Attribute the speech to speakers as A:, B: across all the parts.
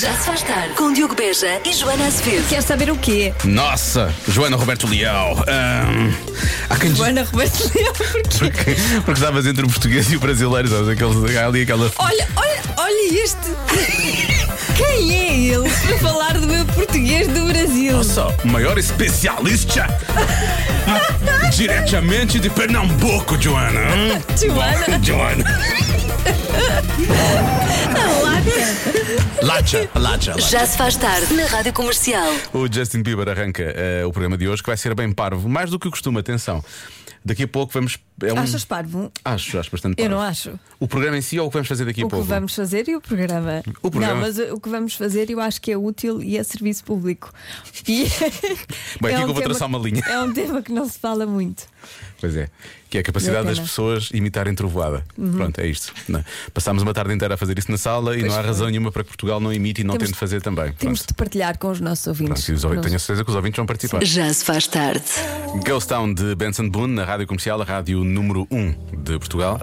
A: Já se faz tarde com Diogo Beja e Joana Azevedo.
B: Queres saber o quê?
C: Nossa, Joana Roberto Leal. Ahm, há quem diz
B: Joana Roberto Leal, porquê?
C: porque, porque estavas entre o português e o brasileiro, sabes? Aqueles, há ali aquela.
B: Olha, olha, olha este. Quem é ele para falar do meu português do Brasil?
C: Nossa, o maior especialista. Ah, Diretamente de Pernambuco, Joana. Hum,
B: Joana.
C: bom, Joana. Lacha, lacha, lacha.
A: Já se faz tarde na Rádio Comercial.
C: O Justin Bieber arranca eh, o programa de hoje, que vai ser bem parvo, mais do que o costume, atenção. Daqui a pouco vamos. É um-
B: Achas parvo?
C: Acho, acho bastante
B: Eu
C: parvo.
B: não acho.
C: O programa em si ou o que vamos fazer daqui
B: O
C: a
B: que
C: pouco?
B: vamos fazer e o programa.
C: O programa.
B: Não, mas o que vamos fazer eu acho que é útil e é serviço público. E é um
C: Bem, aqui que eu vou
B: tema-
C: traçar uma linha.
B: É um tema que não se fala muito.
C: Pois é, que é a capacidade
B: Deu
C: das
B: pena. Uhum.
C: pessoas imitarem trovoada. Pronto, é isto. não é? Passámos uma tarde inteira a fazer isso na sala e não há
B: foi.
C: razão nenhuma para que Portugal não imite e não
B: Temos-
C: tente fazer também.
B: Temos
C: Pronto.
B: de partilhar com os nossos ouvintes.
C: Pronto, e os ouvintes- tenho a certeza que os ouvintes vão participar.
A: Já se faz tarde.
C: Ghost Town de Benson Boone na rádio comercial, a rádio número 1 de Portugal.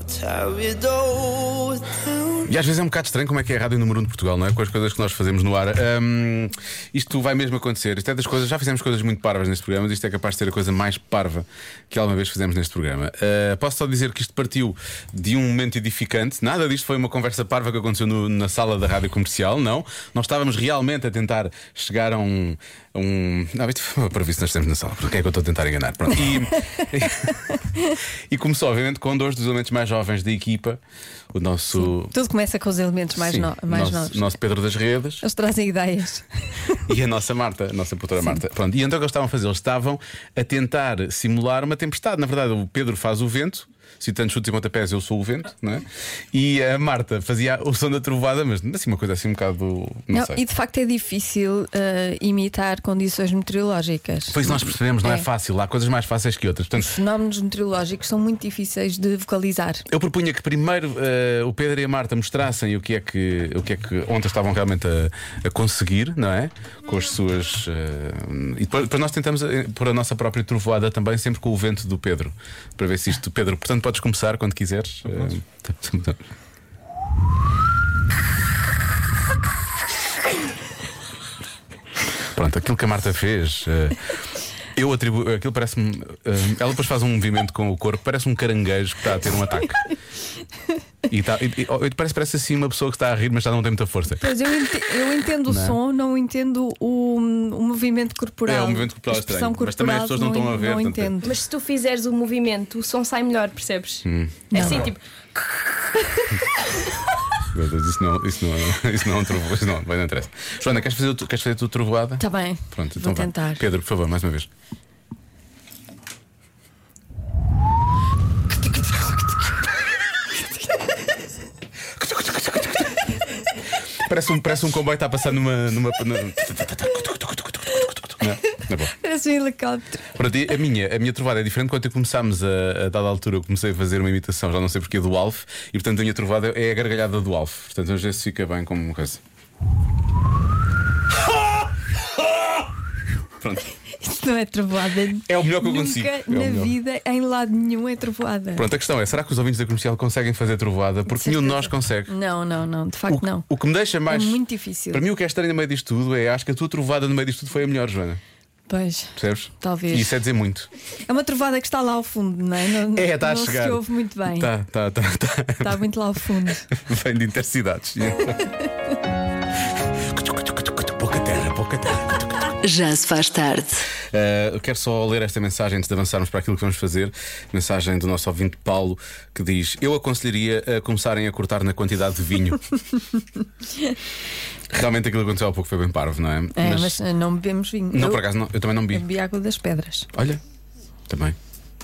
C: E às vezes é um bocado estranho como é que é a rádio número 1 de Portugal, não é? Com as coisas que nós fazemos no ar. Hum, isto vai mesmo acontecer. Isto é das coisas, já fizemos coisas muito parvas neste programa, mas isto é capaz de ser a coisa mais parva que alguma vez fizemos neste programa. Uh, posso só dizer que isto partiu de um momento edificante. Nada disto foi uma conversa parva que aconteceu no- na sala da rádio comercial, não. Nós estávamos realmente a tentar chegar a um. A um... Não, isto foi uma previsão que nós temos na sala, porque é que eu estou a tentar enganar? Pronto. E- E começou, obviamente, com dois dos elementos mais jovens da equipa, o nosso.
B: Tudo começa com os elementos mais,
C: Sim,
B: no- mais
C: nosso,
B: novos.
C: nosso Pedro das Redes
B: Eles trazem ideias.
C: e a nossa Marta, a nossa produtora Marta. Pronto, e então o que eles estavam a fazer? Eles estavam a tentar simular uma tempestade. Na verdade, o Pedro faz o vento, citando chutes e pontapés, eu sou o vento, não é? E a Marta fazia o som da trovada, mas assim, uma coisa assim um bocado. Não,
B: Não,
C: sei.
B: e de facto é difícil eh, imitar condições meteorológicas.
C: Foi isso que nós percebemos, não é.
B: É.
C: fácil. Há coisas mais fáceis que outras. Portanto,
B: Fenómenos meteorológicos são muito difíceis de vocalizar.
C: Eu propunha que primeiro eh, o Pedro e a Marta mostrassem o que é que, o que, é que ontem estavam realmente a, a conseguir, não é? Com as suas. eh, e depois, depois nós tentamos eh, pôr a nossa própria trovoada também, sempre com o vento do Pedro. Para ver se isto. Pedro, portanto, podes começar quando quiseres. Eh, Pronto, aquilo que a Marta fez. eh, eu atribuo. Aquilo parece-me. eh, ela depois faz um movimento com o corpo, parece um caranguejo que está a ter um ataque. E, tá, e- e- oh, parece, parece assim uma pessoa que está a rir, mas já não tem muita força.
B: Pois eu, ente- eu entendo o som, não entendo o, o movimento corporal.
C: É, o movimento corporal
B: a
C: é
B: expressão
C: estranho, mas também as
B: corporal
C: pessoas não estão a ver,
B: Não
C: portanto- é-
B: entendo.
D: Mas se tu fizeres o movimento, o som sai melhor, percebes? É assim, tipo,
C: Meu Deus, isso não, isso não, isso não é um trovoado. Isso não, bem, não interessa. Joana, queres fazer, o tu- queres fazer tu trovoada?
B: Está bem.
C: Pronto,
B: Tá. vou
C: então vai.
B: tentar.
C: Pedro, por favor, mais uma vez. Parece um, parece um comboio que está a passar numa. numa, numa... Não, não é bom.
B: Parece um helicóptero.
C: Pronto, e a minha, a minha trovada é diferente. Quando começámos a, a dada altura, eu comecei a fazer uma imitação, já não sei porquê, do Alf, e portanto a minha trovada é a gargalhada do Alf. Portanto, hoje isso fica bem como um uma coisa. Pronto.
B: Isto não é trovoada.
C: É o melhor que eu
B: Nunca
C: consigo. É o
B: na
C: melhor.
B: vida, em lado nenhum, é trovoada.
C: Pronto, a questão é: será que os ouvintes da comercial conseguem fazer trovada? Porque nenhum de nós consegue.
B: Não, não, não. De
C: O,
B: facto, não. É
C: o que me deixa mais.
B: muito difícil.
C: Para mim, o que é estranho no meio disto tudo é acho que a tua trovada no meio disto tudo foi a melhor, Joana.
B: Pois.
C: Percebes?
B: Talvez.
C: E isso é dizer muito.
B: É uma trovada que está lá ao fundo, não é? Não,
C: É, está a
B: não
C: chegar.
B: se ouve muito bem.
C: Tá, tá, tá, tá.
B: Está muito lá ao fundo.
C: Vem de intercidades. pouca terra, pouca terra.
A: Já se faz tarde.
C: Eh, eu quero só ler esta mensagem antes de avançarmos para aquilo que vamos fazer. Mensagem do nosso ouvinte Paulo que diz: Eu aconselharia a começarem a cortar na quantidade de vinho. Realmente aquilo que aconteceu há pouco foi bem parvo, não é?
B: É, mas, eh, não bebemos vinho.
C: Não,
B: eu,
C: por acaso, não, eu também não
B: eu
C: bebi.
B: bebi água das pedras.
C: Olha, também.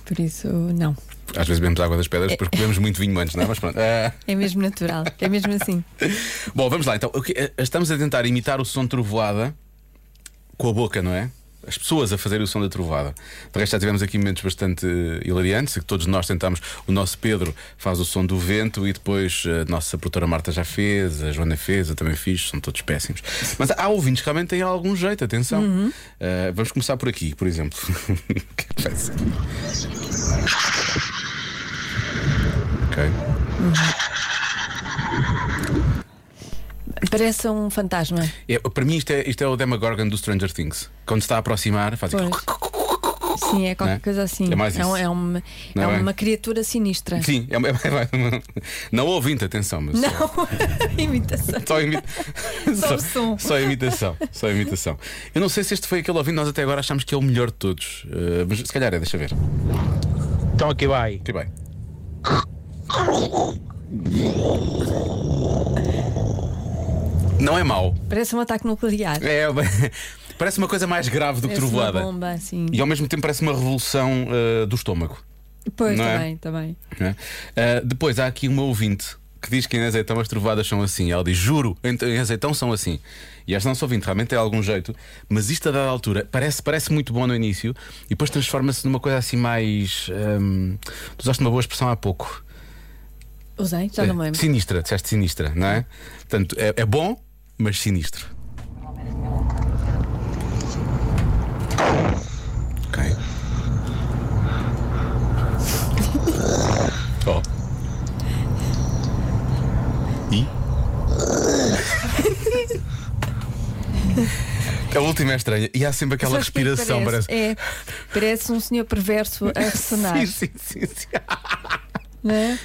B: Por isso, não.
C: Às vezes bebemos água das pedras porque bebemos muito vinho antes, não é? Mas pronto. Ah.
B: É mesmo natural. É mesmo assim.
C: Bom, vamos lá então. O que- eh, Estamos a tentar imitar o som de trovoada com a boca, não é? As pessoas a fazerem o som da trovada. De resto, já tivemos aqui momentos bastante eh, hilariantes, que todos nós tentamos. O nosso Pedro faz o som do vento e depois eh, a nossa produtora Marta já fez, a Joana fez, eu também fiz, são todos péssimos. Mas há ouvintes que realmente têm algum jeito, atenção. Eh, vamos começar por aqui, por exemplo. O que é que vai ser? Ok.
B: Parece um fantasma.
C: É, para mim, isto é, isto é o Demogorgon do Stranger Things. Quando se está a aproximar, faz assim, aquilo.
B: Sim, é qualquer
C: Não é?
B: coisa assim.
C: É mais
B: um-
C: isso.
B: é uma,
C: Não
B: é
C: é?
B: uma criatura sinistra.
C: Sim, é, é- é- não ouvinte, atenção, mas
B: Não, imitação.
C: Só, imi-
B: Só o som.
C: só imitação. Só imitação. Eu não sei se este foi aquele ouvinte, nós até agora achamos que é o melhor de todos. Eh, mas se calhar é, deixa ver.
E: Então aqui vai.
C: Muito bem. Não é mau.
B: Parece um ataque nuclear.
C: É, parece uma coisa mais grave do que
B: Parece uma
C: trovoada.
B: bomba, assim.
C: E ao mesmo tempo parece uma revolução eh, do estômago.
B: Pois, tá
C: Não é?
B: também, também.
C: né? Ah, depois há aqui uma ouvinte que diz que em azeitão as trovoadas são assim. Ela diz: Juro, em em azeitão são assim. E esta nossa ouvinte realmente tem algum jeito, mas isto a dada altura parece, parece muito bom no início e depois transforma-se numa coisa assim mais. hum, tu usaste uma boa expressão há pouco.
B: Usei,
C: É.
B: já Tá, não me lembro.
C: sinistra, disseste sinistra, não é? Portanto, é, é bom, mas sinistro. Ok. Oh. E? A última é estranha. E há sempre aquela
B: Sabes o que é que
C: respiração, parece.
B: É, parece um senhor perverso a ressonar.
C: Sim, sim, sim, sim.
B: não é?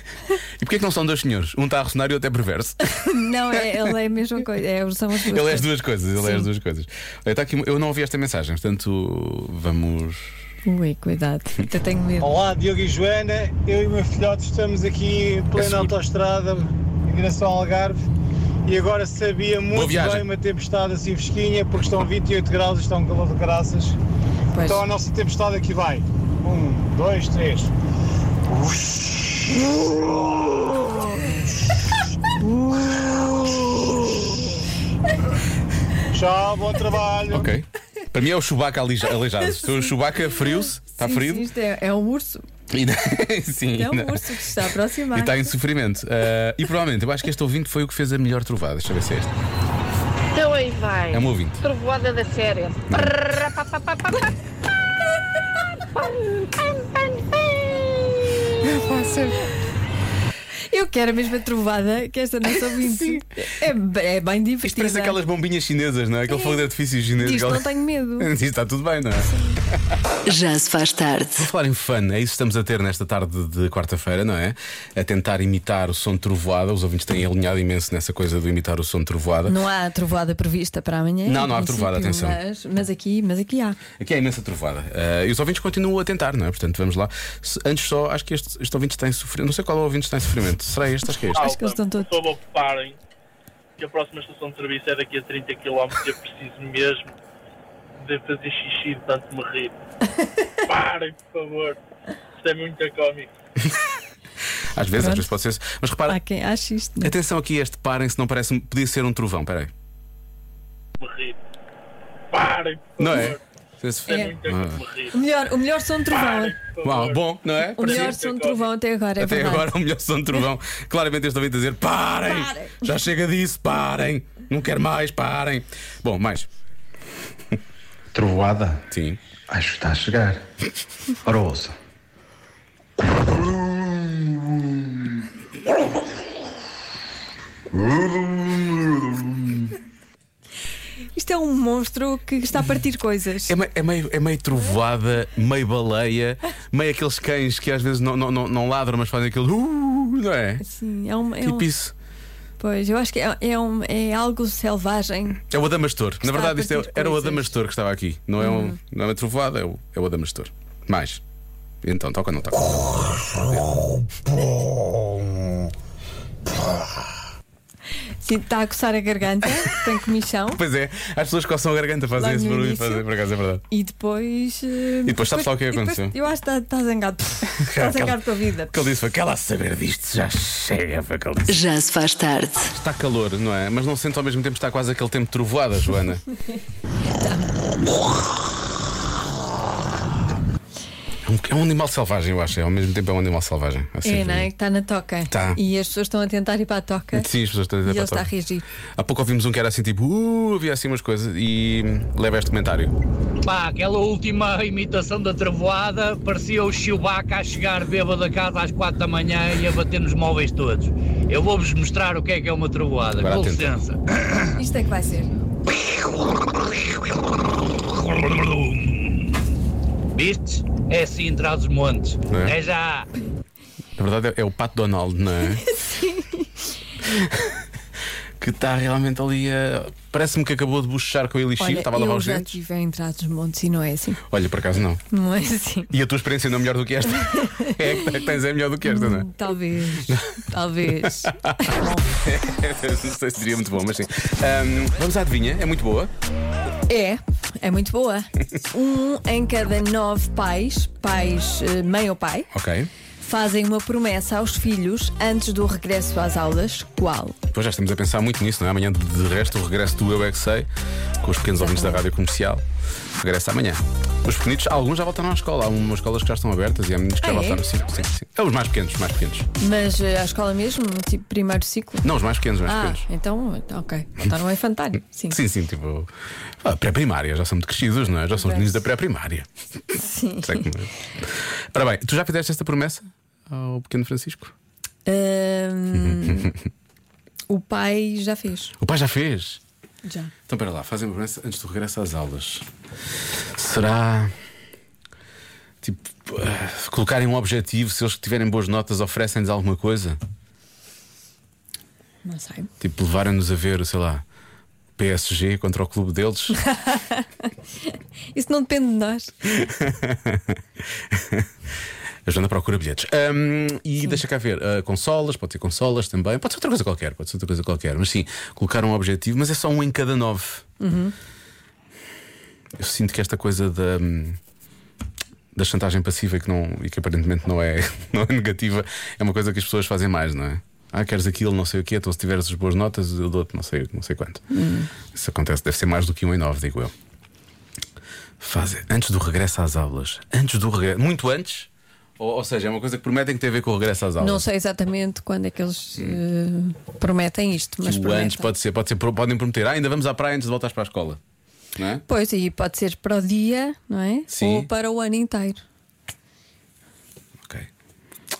C: E porquê que não são dois senhores? Um está a ressonar e o outro é perverso.
B: Não, é, ele é a mesma coisa. É, são as duas
C: Ele é as
B: coisas.
C: duas coisas, ele é as
B: Sim.
C: duas coisas. Olha, tá aqui- eu não ouvi esta mensagem, portanto vamos.
B: Ui, cuidado. Até tenho medo.
F: Olá, Diogo e Joana. Eu e o meu filhote estamos aqui em plena autoestrada em direção ao Algarve e agora sabia muito
C: viagem.
F: bem uma tempestade assim fresquinha porque estão 28 graus e está um calor de graças.
B: Pois.
F: Então a nossa tempestade aqui vai. Um, dois, três. Tchau, bom trabalho.
C: Ok. Para mim é o Chewbacca alija- aleijado. O Chewbacca feriu-se, está
B: Sim, sim,
C: ferido.
B: isto é, é um urso.
C: E, sim,
B: É um
C: não.
B: urso que se está a
C: E
B: aproximar.
C: está em sofrimento. Ah, e provavelmente, eu acho que este ouvinte foi o que fez a melhor trovada. Deixa eu ver se é este.
G: Então aí vai.
C: É um ouvinte.
G: Trovoada da séria. Prrrra, pá, pá, pá, pá, pá.
B: Eu quero a mesma trovada que esta nossa ouvinte. É, be- é bem divertida.
C: Isto parece aquelas bombinhas chinesas, não é? Aquele fogo de artifício chinês.
B: Disto
C: aquela-
B: não tenho medo.
C: Disto está tudo bem, não é?
A: Já se faz tarde.
C: Por falar em fã, é isso que estamos a ter nesta tarde de quarta-feira, não é? A tentar imitar o som de trovoada. Os ouvintes têm alinhado imenso nessa coisa de imitar o som de trovoada.
B: Não há trovoada prevista para amanhã.
C: Não,
B: em
C: não há trovoada,
B: princípio, Mas, mas aqui, mas aqui há.
C: Aqui há imensa trovada. Eh, e os ouvintes continuam a tentar, não é? Portanto, vamos lá. Se- antes só, acho que este, este ouvinte está em sofrimento. Não sei qual ouvinte está em sofrimento. Será este? Acho que é este.
B: Acho que eles estão todos.
H: Sob ocuparem que a próxima estação de serviço é daqui a 30 km e eu preciso mesmo de fazer xixi de tanto me rir. Parem, por favor. Isto é muito cómico.
C: Às vezes, às
B: Pronto.
C: vezes pode ser. esse. Mas repara,
B: Há quem ache isto. não é?
C: atenção aqui a este parem, se não parece. Podia ser um trovão, peraí.
H: Me rir. Parem, por
C: Não é?
H: favor.
C: Esse-
H: Isto é, muito cómico me rir.
B: O melhor, o melhor som de trovão.
H: Parem, por
C: Uau,
H: favor.
C: bom, não é?
B: O melhor som de trovão até agora. É
C: Até
B: verdade.
C: agora o melhor som de trovão. Claramente este ouvinte a dizer: parem!
B: Parem!
C: Já chega disso, parem! Não quero mais, parem! Bom, mais.
I: Trovoada?
C: Sim.
I: Acho que está a chegar. Ora ouça.
B: Isto é um monstro que está a partir coisas.
C: É, mei- é meio, é meio trovada, meio baleia, meio aqueles cães que às vezes não, não, não, não ladram, mas fazem aquele. "Uh", não é?
B: Sim, é um. É um
C: Tipo isso.
B: pois, eu acho que é, é, um, é algo selvagem.
C: É o Adamastor. Na
B: está
C: verdade,
B: a
C: isto é-
B: partir
C: era o
B: coisas.
C: Adamastor que estava aqui. Não é, um, não é uma trovada, é o, é o Adamastor. Mais. Então, toca ou não toca?
B: Sim, está a coçar a garganta, tem comichão.
C: Pois é, as pessoas coçam a garganta, fazem
B: Logo
C: esse
B: no
C: barulho,
B: início.
C: fazem, por acaso é verdade.
B: E depois. E
C: depois sabes lá o que é que aconteceu.
B: Eu acho que está, está zangado. Está zangado com a vida.
C: O que ele disse foi: quer lá saber disto, já chega, foi o que ele disse.
A: Já se faz tarde.
C: Está calor, não é? Mas não sente ao mesmo tempo que está quase aquele tempo de trovoada, Joana. É um- É um animal selvagem, eu acho. É, ao mesmo tempo é um animal selvagem. Assim,
B: É, não é? Que está na toca.
C: Está.
B: E as pessoas estão a tentar ir para a toca.
C: Sim, as pessoas estão a
B: E
C: dizer
B: ele
C: para
B: está a
C: todos.
B: reagir.
C: Há pouco ouvimos um que era assim tipo, uh, havia assim umas coisas e leva este comentário.
J: Pá, aquela última imitação da trevoada parecia o Chewbacca a chegar bêbado a casa às quatro da manhã e a bater nos móveis todos. Eu vou-vos mostrar o que é que é uma trovoada.
C: Agora
J: Com
C: atento.
J: licença.
B: Isto é que vai ser.
J: Vistes? É assim entre os montes.
C: É.
J: É, já.
C: Na verdade é- é o Pato Donald, não é? Sim. que está realmente ali a. Parece-me que acabou de buchar com o elixir,
B: Olha,
C: estava a lavar
B: eu
C: os
B: já
C: dentes.
B: estive a entrar dos montes e não é assim.
C: Olha, por acaso não.
B: Não é assim.
C: E a tua experiência não é melhor do que esta? é a que tens é melhor do que esta, não é?
B: Talvez. Talvez.
C: não sei se diria muito bom, mas sim. Ahm, vamos à adivinha, é muito boa.
B: É, é muito boa. Um em cada nove pais, pais, eh, mãe ou pai,
C: Ok.
B: fazem uma promessa aos filhos antes do regresso às aulas. Qual?
C: Pois já estamos a pensar muito nisso, não é? Amanhã, de- de resto, o regresso do Eu é Que Sei, com os pequenos ouvintes da rádio comercial, regressa amanhã. Os pequenitos, alguns já voltaram à escola. Há umas escolas que já estão abertas e há meninos que já
B: Ah, é?
C: voltaram. Sim, sim, sim. É os mais pequenos, os mais pequenos.
B: Mas eh, à escola mesmo, tipo primeiro ciclo?
C: Não, os mais pequenos, os mais
B: Ah,
C: pequenos.
B: então, ok. Então não é infantário. Sim.
C: Sim, sim, tipo. ah, pré-primária, já são muito crescidos, não é? Já são os meninos da pré-primária.
B: Sim.
C: Sei como é. Ora bem, tu já fizeste esta promessa ao pequeno Francisco?
B: Ahm, o pai já fez.
C: O pai já fez.
B: Já.
C: Então, espera lá, fazem promessa antes do regresso às aulas. Será. Tipo, ah, colocarem um objetivo, se eles tiverem boas notas, oferecem-lhes alguma coisa?
B: Não sei.
C: Tipo, levarem-nos a ver, sei lá, PSG contra o clube deles?
B: Isso não depende de nós.
C: A Joana procura bilhetes. Ahm, e deixa cá ver, ah, consolas, pode ser consolas também, pode ser outra coisa qualquer, pode ser outra coisa qualquer, mas sim, colocar um objetivo, mas é só um em cada nove. Eu sinto que esta coisa da, hum, da chantagem passiva que não, e que aparentemente não é, não é negativa, é uma coisa que as pessoas fazem mais, não é? Ah, queres aquilo, não sei o quê, então se tiveres as boas notas, eu dou-te não sei, não sei quanto.
B: Hum.
C: Isso acontece, deve ser mais do que um em nove, digo eu. Fazem antes do regresso às aulas. Antes do regresso. Muito antes? Ou, ou seja, é uma coisa que prometem que tem a ver com o regresso às aulas.
B: Não sei exatamente quando é que eles eh, prometem isto, mas
C: o
B: prometem.
C: antes pode ser, pode ser, podem prometer. Ah, ainda vamos à praia antes de voltares para a escola. Não é?
B: Pois, e pode ser para o dia, não é?
C: Sim.
B: Ou para o ano inteiro.
C: Ok.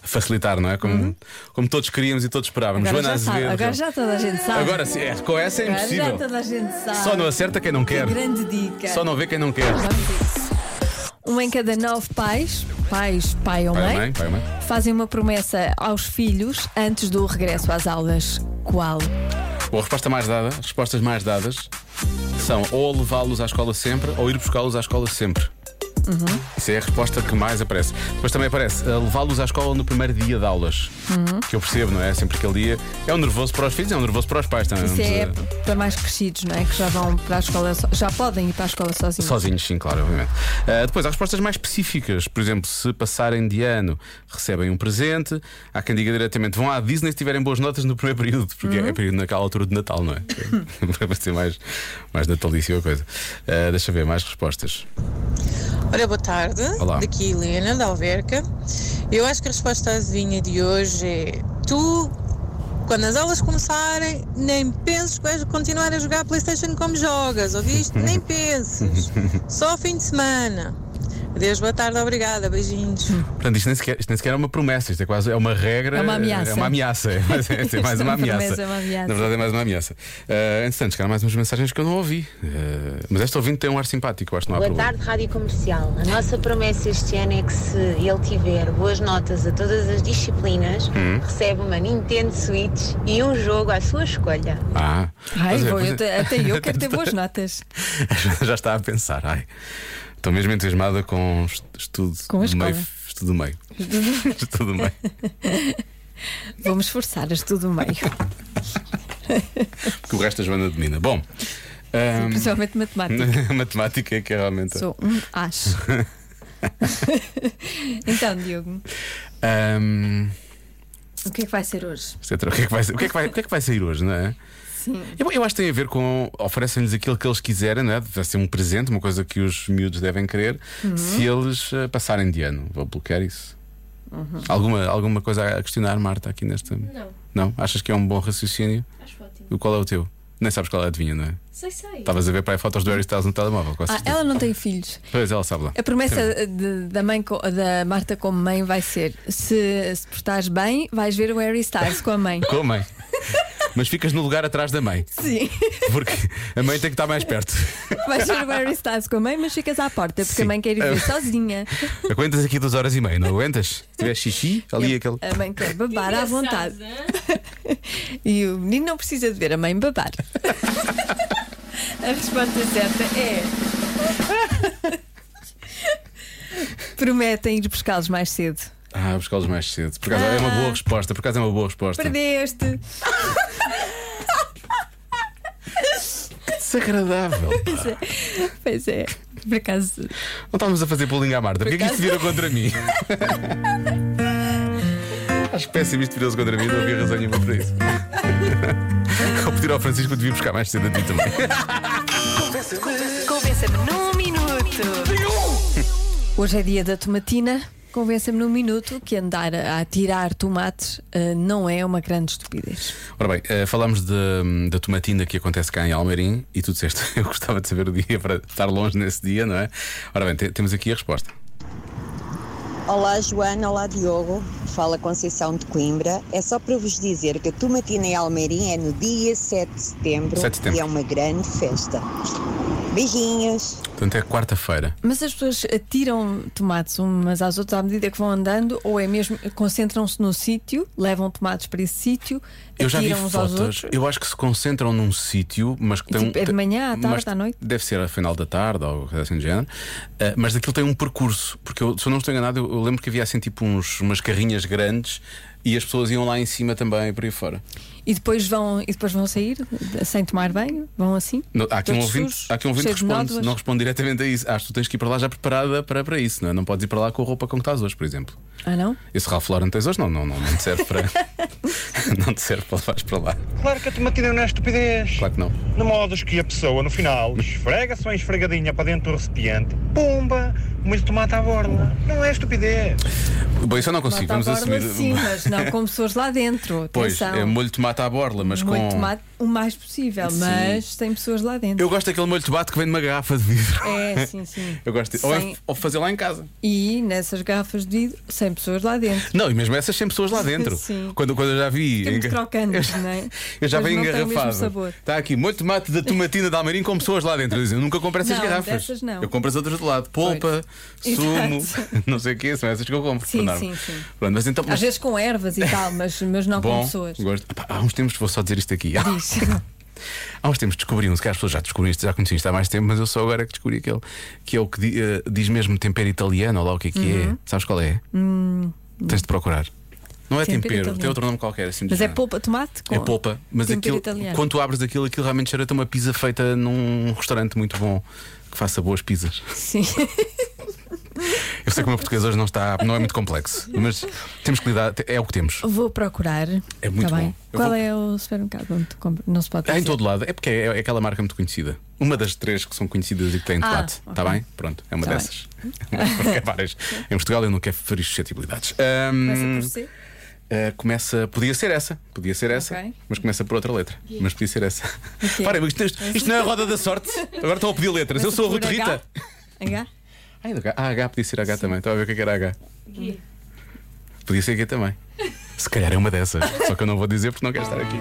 C: Facilitar, não é? Como, como todos queríamos e todos esperávamos.
B: Uhum. Agora,
C: Joana
B: já, sabe,
C: Azevedo.
B: agora já toda a gente sabe.
C: Agora sim, é, com essa é
B: Agora já
C: impossível.
B: toda a gente sabe.
C: Só não acerta quem não quer.
B: Grande dica.
C: Só não vê quem não quer.
B: Vamos a isso. Um em cada nove pais, pais, pai ou
C: Pai ou
B: mãe,
C: mãe, pai ou mãe.
B: fazem uma promessa aos filhos antes do regresso às aulas. Qual?
C: Bom, a resposta mais dada, as respostas mais dadas são ou levá-los à escola sempre ou ir buscá-los à escola sempre.
B: Uhum.
C: Isso é a resposta que mais aparece. Depois também aparece eh, levá-los à escola no primeiro dia de aulas.
B: Uhum.
C: Que eu percebo, não é? Sempre aquele dia. É um nervoso para os filhos, é um nervoso para os pais também.
B: Isso é
C: Vamos, eh,
B: para mais crescidos, não é? Que já vão para a escola, so- já podem ir para a escola sozinhos.
C: Sozinhos, sim, claro, obviamente. Ah, depois há respostas mais específicas. Por exemplo, se passarem de ano, recebem um presente. Há quem diga diretamente: vão à Disney se tiverem boas notas no primeiro período, porque
B: Hum.
C: é período naquela altura de Natal, não é? Para ser mais, mais natalício a coisa. Ah, deixa eu ver, mais respostas.
K: Olha, boa tarde.
C: Olá.
K: Daqui Helena, da Alverca. Eu acho que a resposta à adivinha de hoje é tu, quando as aulas começarem, nem penses que vais continuar a jogar Playstation como jogas, ouviste? nem penses. Só ao fim de semana. Adeus, boa tarde, obrigada, beijinhos.
C: Portanto, isto nem, sequer, isto nem sequer é uma promessa, isto é quase é uma regra.
B: É uma ameaça.
C: É uma ameaça. É mais, é
B: Isto
C: mais
B: é
C: uma
B: uma
C: ameaça.
B: promessa, é uma ameaça.
C: Na verdade, é mais uma ameaça. Uh, entretanto, chegaram mais umas mensagens que eu não ouvi. Ah, mas esta ouvinte tem um ar simpático, acho que não há
L: Boa
C: problema.
L: tarde, Rádio Comercial. A nossa promessa este ano é que se ele tiver boas notas a todas as disciplinas,
C: Hum.
L: recebe uma Nintendo Switch e um jogo à sua escolha.
C: Ah,
B: Ai,
C: Mas é,
B: vou,
C: mas
B: eu
C: é- Então.
B: te- até eu quero ter boas notas.
C: A Joana já está a pensar, ai, estou mesmo entusiasmada com est- estudo
B: Com a
C: do meio.
B: escola.
C: Estudo do meio. estudo do meio.
B: Vou-me esforçar, as tudo meio.
C: Porque o resto a Joana domina. Bom, ahm,
B: Principalmente matemática.
C: matemática é que é realmente.
B: Sou um as. então, Diogo,
C: Ahm,
B: o que é que vai ser hoje?
C: isto é tra- o, que é que vai, o, que é que vai, o que é que vai sair hoje, não é?
B: Sim.
C: Eu, eu acho que tem a ver com oferecem-lhes aquilo que eles quiserem, não é? Deve ser um presente, uma coisa que os miúdos devem querer,
B: Uhum.
C: se eles ah, passarem de ano. Vou bloquear isso.
B: Uhum.
C: Alguma, alguma coisa a questionar, Marta, aqui nesta.
D: Não,
C: Não? Achas que é um bom raciocínio?
D: acho ótimo.
C: E Qual é o teu? Nem sabes qual é, adivinha, não é?
D: Sei, sei.
C: Estavas a ver para aí fotos do Harry Styles no telemóvel. com
B: Ah, é
C: certeza.
B: ela não tem filhos.
C: Pois ela sabe lá.
B: A promessa de- da, mãe, co- da Marta como mãe vai ser: se, se portares bem, vais ver o Harry Styles com a mãe.
C: Com a mãe. Mas ficas no lugar atrás da mãe.
B: Sim.
C: Porque a mãe tem que estar mais perto.
B: Vais ver o Harry Styles com a mãe, mas ficas à porta, porque a mãe quer ir
C: Ah.
B: ver sozinha.
C: Aguentas aqui duas horas e meia, não aguentas? Se tiver xixi, ali aquele.
B: A mãe quer babar à vontade. E o menino não precisa de ver a mãe babar. A resposta certa é. Prometem ir buscá-los mais cedo.
C: Ah, buscá-los mais cedo. Por acaso é uma boa resposta. Por acaso é uma boa resposta.
B: Perdeste.
C: Desagradável.
B: Pois é. Pois é. Por acaso.
C: Não estávamos a fazer bullying à Marta. Porquê é que isto virou contra mim? Acho péssimo isto virou-se contra mim. Não havia razão nenhuma para isso. Vou pedir ao Francisco que devia buscar mais cedo a ti também.
M: Convença-me num minuto.
B: Hoje é dia da tomatina. Convença-me num minuto que andar a tirar tomates eh, não é uma grande estupidez.
C: Ora bem, eh, falámos de- da tomatina que acontece cá em Almeirim e tu disseste, eu gostava de saber o dia para estar longe nesse dia, não é? Ora bem, te- temos aqui a resposta.
N: Olá Joana, olá Diogo, fala Conceição de Coimbra. É só para vos dizer que a Tomatina em Almeirim é no dia 7 de setembro,
C: 7 de setembro.
N: e é uma grande festa. Beijinhos!
C: Portanto, é quarta-feira.
B: Mas as pessoas atiram tomates umas às outras à medida que vão andando, ou é mesmo concentram-se no sítio, levam tomates para esse sítio,
C: Eu já vi
B: atiram uns aos outros.
C: fotos, eu acho que se concentram num sítio, mas que tem um.
B: Tipo, é de manhã, à tarde,
C: mas
B: à noite?
C: Deve ser ao final da tarde ou coisa assim do género. Ah, mas daquilo tem um percurso, porque eu, se eu não estou enganado, eu, eu lembro que havia assim tipo uns, umas carrinhas grandes e as pessoas iam lá em cima também, por aí fora.
B: E depois vão e depois vão sair de- sem tomar banho, vão assim.
C: No- há, aqui um
B: todos
C: ouvinte,
B: sujos,
C: há aqui um ouvinte que
B: cheios de
C: responde,
B: nódoas.
C: não responde diretamente a isso. Acho que tu tens que ir para lá já preparada para, para isso, não é? Não podes ir para lá com a roupa com que estás hoje, por exemplo.
B: Ah, não?
C: Esse Ralph Lauren tens hoje, não, não, não, não te serve para. não te serve para levares para lá.
O: Claro que a tomatina não é estupidez.
C: Claro que não.
O: De modos que a pessoa, no final, esfrega só a esfregadinha para dentro do recipiente, pumba, muito tomate à borda. Não é estupidez.
C: Bom, isso eu não consigo,
B: Tomate
C: vamos
B: à
C: assumir.
B: borda, Sim, assim, mas não com pessoas lá dentro.
C: Pois,
B: Atenção.
C: é molho de tomate à borla, mas
B: Molho
C: com.
B: de tomate o mais possível,
C: Sim.
B: mas tem pessoas lá dentro.
C: Eu gosto daquele molho de tomate que vem numa garrafa de vidro.
B: É, sim, sim.
C: Eu gosto de... ou,
B: Sem-
C: é- ou fazer lá em casa.
B: E nessas garrafas de vidro, 100 pessoas lá dentro.
C: Não, e mesmo essas 100 pessoas lá dentro.
B: Sim.
C: Quando, quando eu já vi.
B: Temos
C: enga-
B: crocantes, não é?
C: Eu já
B: Mas
C: vi
B: não tem o mesmo
C: engarrafado.
B: sabor.
C: Está aqui, molho de tomate da tomatina de Almeirim com pessoas lá dentro. Eu, dizia, eu nunca compro essas
B: Não,
C: garrafas.
B: dessas não.
C: Eu compro as outras do lado. Polpa,
B: Pois.
C: sumo,
B: Exato.
C: não sei o que, são essas que eu compro.
B: Sim,
C: por norma.
B: sim, sim.
C: Pronto, mas então.
B: Às vezes com ervas e tal, mas, mas não
C: Bom,
B: com pessoas.
C: gosto. Epá, Há uns tempos, vou só dizer isto aqui. Ah,
B: Diz.
C: Há uns tempos descobriam-se, que as pessoas já descobriam isto, já conheciam isto há mais tempo, mas eu só agora é que descobri aquele que é o que di- eh, diz mesmo tempero italiano, ou lá o que é que é.
B: Uhum.
C: Sabes qual é?
B: Hum,
C: Tens de procurar. Não é
B: Tempero
C: tempero, tem
B: italiano.
C: outro nome qualquer. Assim, do
B: mas é
C: género.
B: polpa de tomate? Com
C: É polpa, mas
B: tempero
C: aquilo,
B: italiano.
C: quando tu abres aquilo, aquilo realmente cheira-te a uma pizza feita num restaurante muito bom que faça boas pizzas.
B: Sim.
C: Eu sei que o meu português hoje não está, não é muito complexo, mas temos que lidar, é o que temos.
B: Vou procurar.
C: É muito
B: Tá bem.
C: bom. Eu
B: Qual
C: vou-
B: é o supermercado onde tu compras? Não se pode
C: É em
B: dizer.
C: todo lado, é porque é, é aquela marca muito conhecida. Uma das três que são conhecidas e que tem
B: Ah,
C: tomate. Está
B: ok.
C: bem? Pronto, é uma
B: Tá
C: dessas. é Porque há várias. em Portugal eu não quero ferir suscetibilidades. Ahm, ah, começa- podia ser essa, podia ser essa,
B: Ok.
C: mas começa por outra letra. Mas podia ser essa. Para, isto, isto- isto não é a roda da sorte. Agora estão a pedir letras. Eu sou a
B: Por
C: Ruth Rita.
B: H? H?
C: Ai, do H. Ah, H podia ser H também. Estava a ver o que é que era H. Podia ser G também. Se calhar é uma dessas. Só que eu não vou dizer porque não quero estar aqui.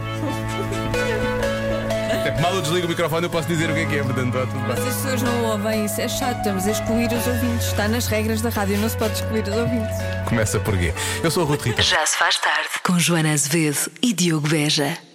C: Até que mal eu desligo o microfone, eu posso dizer o que é que é, portanto, está tudo
B: Mas
C: bem.
B: as pessoas não ouvem isso. É chato, estamos a excluir os ouvintes. Está nas regras da rádio, não se pode excluir os ouvintes.
C: Começa por G. Eu sou a Ruth Rita.
A: Já se faz tarde com Joana Azevedo e Diogo Veja.